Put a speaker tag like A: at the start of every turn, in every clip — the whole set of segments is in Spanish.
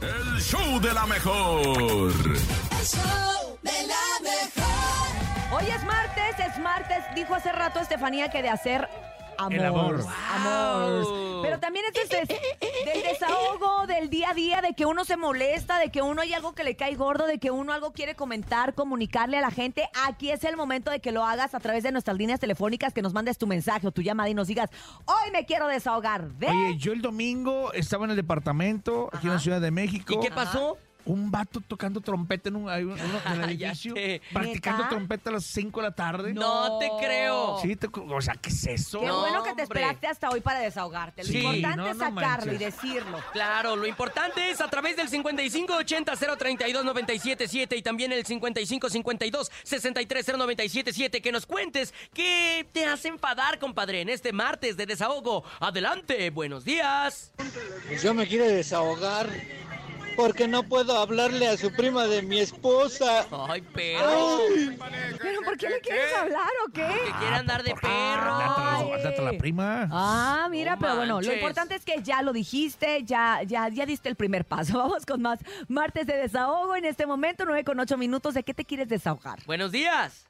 A: El show de la mejor.
B: El show de la mejor.
C: Hoy es martes, es martes. Dijo hace rato Estefanía que de hacer amor.
D: El amor.
C: Amores. Pero también es del, des- del desahogo del día a día, de que uno se molesta, de que uno hay algo que le cae gordo, de que uno algo quiere comentar, comunicarle a la gente. Aquí es el momento de que lo hagas a través de nuestras líneas telefónicas, que nos mandes tu mensaje o tu llamada y nos digas, hoy me quiero desahogar de...
D: Oye, yo el domingo estaba en el departamento, aquí en la Ciudad de México.
E: ¿Y qué pasó?
D: Un vato tocando trompeta en un, hay un- uno en el edificio,
E: Cállate.
D: practicando
C: ¿Neta?
D: trompeta a las 5 de la tarde.
E: No, te creo.
D: Sí, te- o sea, ¿qué es eso?
C: Qué
E: No,
C: bueno que te
E: hombre.
C: esperaste hasta hoy para desahogarte. Lo
E: Sí,
C: importante
D: no,
C: es
D: no
C: sacarlo y
D: manches.
C: decirlo.
E: Claro, lo importante es a través del 5580-032-977 y también el 5552-630977 que nos cuentes qué te hace enfadar, compadre, en este martes de desahogo. Adelante, buenos días.
F: Pues Yo me quiero desahogar porque no puedo hablarle a su prima de mi esposa.
E: Ay, perro.
C: ¿Pero por qué le quieres hablar o qué?
E: Que quiere andar de
D: Ah,
E: perro.
D: pues, ándate, ándate a la prima.
C: Ah, mira,
E: No
C: pero bueno, lo
E: manches.
C: importante es que ya lo dijiste, ya, ya, ya diste el primer paso. Vamos con más martes de desahogo en este momento, 9 con 8 minutos. ¿De qué te quieres desahogar?
E: Buenos días.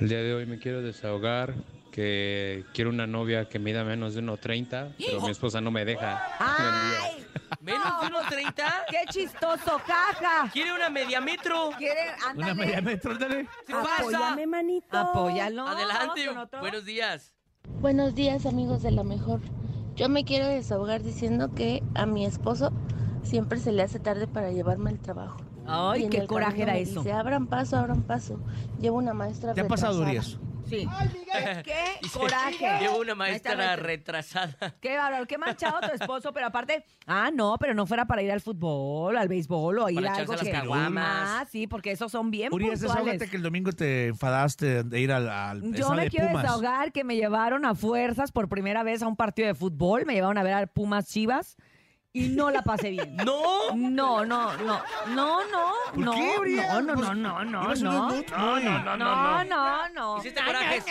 G: El día de hoy me quiero desahogar que quiero una novia que mida menos de 1.30, pero mi esposa no me deja.
C: ¡Ay!
E: Menos de unos 30.
C: ¡Qué chistoso, jaja!
E: Quiere una media metro.
C: ¿Quieren?
D: Una media
C: Ándale.
D: metro, ándale.
C: Ah,
E: ¿Qué
C: pues
E: pasa?
H: Apóyame, manito.
C: Apóyalo.
E: Adelante.
C: Vamos con otro.
E: Buenos días.
I: Buenos días amigos de la mejor. Yo me quiero desahogar diciendo que a mi esposo siempre se le hace tarde para llevarme al trabajo. Y
C: Ay,
I: en
C: qué
I: el
C: coraje
I: camino
C: era
I: me
C: eso.
I: Dice, abran paso, abran paso. Llevo una maestra
D: ¿Te ha pasado,
C: pues,
I: retrasada".
D: Urias?
C: Sí. ¡Qué
E: Dice,
C: coraje!
E: Llevo una
C: Ahí está
E: maestra
C: nuestra-
E: retrasada.
C: Qué bárbaro, qué manchado tu esposo, pero aparte, ah, no, pero no fuera para ir al fútbol, al béisbol o a ir
E: Para
C: a
E: echarse
C: algo
E: las
C: que
E: caguamas.
C: Ah, sí, porque esos son bien
D: Urias,
C: puntuales.
D: desahógate que el domingo te enfadaste de ir al... al
C: Yo
D: esa
C: me
D: de
C: quiero
D: Pumas.
C: desahogar que me llevaron a fuerzas por primera vez a un partido de fútbol, me llevaron a ver a Pumas Chivas y no la pasé bien.
E: ¡No!
C: No, no, no, no, no,
D: ¿Por
C: no,
D: qué, Urias?
C: no, no,
D: Pues,
C: no, no, no,
D: ibas en un
C: no,
D: mood, güey.
C: no, no, no, no.
E: Hiciste corajes.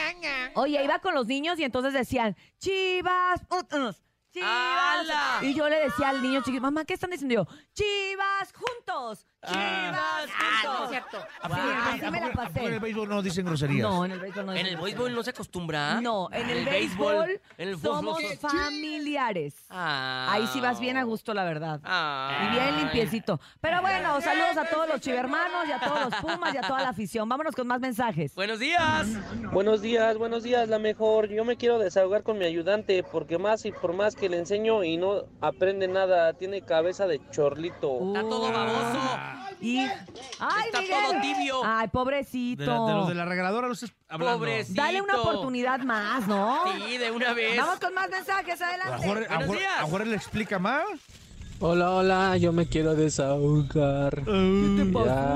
C: Oye, iba con los niños y entonces decían, Chivas, uh, uh, Chivas.
E: ¡Hala!
C: Y yo le decía al niño chiquito, mamá, ¿qué están diciendo? Y yo, Chivas juntos, Chivas juntos. Sí,
D: ¿A poco en el
C: así
D: béis- a
C: me la
D: poco- a poco
C: pasé.
D: en el béisbol no dicen groserías?
C: No, en el béisbol no.
E: En el
C: decimos
E: béisbol
C: eso.
E: no se acostumbra. ¿ah?
C: No, en el, béisbol,
E: En el fútbol.
C: somos familiares.
E: Ah.
C: Ahí sí vas bien a gusto, la verdad.
E: Ah.
C: Y bien limpiecito. Pero bueno, saludos a todos los chivermanos y a todos los pumas y a toda la afición. Vámonos con más mensajes.
E: Buenos días.
J: Buenos días, buenos días, la mejor. Yo me quiero desahogar con mi ayudante porque más y por más que le enseño y no aprende nada, tiene cabeza de chorlito.
E: Está todo baboso.
C: Y... Ay,
E: Está
C: Miguel.
E: todo tibio.
C: Ay,
D: De, la-
C: pobrecito.
D: de los de la regaladora los estás hablando.
E: Pobrecito.
C: Dale una oportunidad más, ¿no?
E: Sí, de una vez.
C: Vamos con más mensajes,
D: A lo
C: adelante.
D: mejor- a lo
E: Buenos
D: mejor-
E: días.
D: a lo mejor le explica más.
F: Hola, hola, yo me quiero desahogar.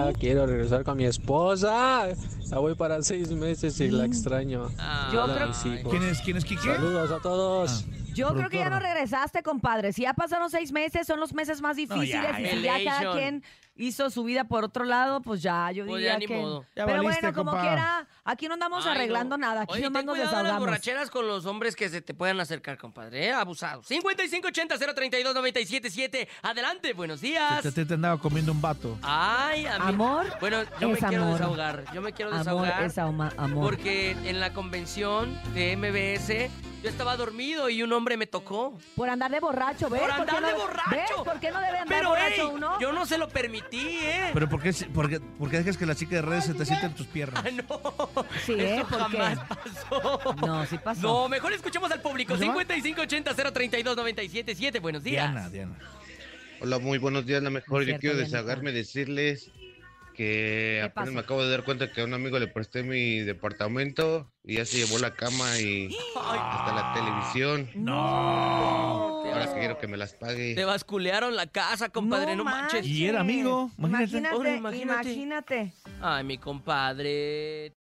F: Ya quiero regresar con mi esposa. La voy para seis meses y la extraño.
E: Ah.
C: Yo
F: Hola,
C: creo-
F: mis hijos.
D: ¿Quién es, quién es Kike?
F: Saludos a todos.
C: Yo creo que ya no
D: Productora.
C: regresaste, compadre. Si ya pasaron seis meses, son los meses más difíciles. y si ya cada
E: Relation.
C: quien hizo su vida por otro lado, pues ya, yo
E: Pues
C: diría
E: ya ni
C: que...
E: modo.
D: Ya
C: Pero
D: valiste,
C: bueno, como
D: compa.
C: quiera, aquí no andamos
E: Ay,
C: arreglando
E: no.
C: nada. Aquí
E: Oye,
C: nomás
E: ten
C: nos
E: cuidado las
C: desahogamos.
E: borracheras con los hombres que se te puedan acercar, compadre. ¿eh? Abusado. 5580-032-977. Adelante, buenos días.
D: Te, te- te andaba comiendo un vato.
E: Ay, a mí-
C: Amor
E: Bueno, yo me
C: es
E: quiero
C: amor.
E: desahogar. Yo me quiero
C: Amor
E: desahogar.
C: es ama- amor.
E: Porque en la convención de MBS yo estaba dormido y un hombre me tocó.
C: Por andar de borracho, ¿ves?
E: Por
C: qué
E: andar
C: no-
E: de borracho.
C: ¿Ves? ¿Por qué no debe andar
E: Pero,
C: borracho
E: ey,
C: uno?
E: yo no se lo permití, ¿eh?
D: Pero ¿por qué, se- por qué- por qué dejas que la chica de redes se te siente en tus piernas?
E: Ah, no.
C: Sí, ¿eh?
E: Eso
C: ¿Por qué?
E: jamás pasó.
C: No, sí pasó.
E: No, mejor escuchemos al público.
D: ¿Cómo se llama?
E: 5580-032-977. Buenos días.
D: Diana, Diana.
K: Hola, muy buenos días, la mejor.
C: Es
K: Yo
C: cierto,
K: quiero
C: Dianita.
K: desahogarme, decirles que
C: ¿Qué
K: apenas me
C: pasó?
K: acabo de dar cuenta que a un amigo le presté mi departamento y ya se llevó la cama y hasta
C: Ah.
K: la televisión.
C: No.
K: Ahora quiero que me las pague.
E: Te basculearon la casa, compadre. No, manches.
D: Y era amigo, imagínate.
C: Imagínate,
E: Pobre,
C: imagínate.
E: imagínate. Ay, mi compadre.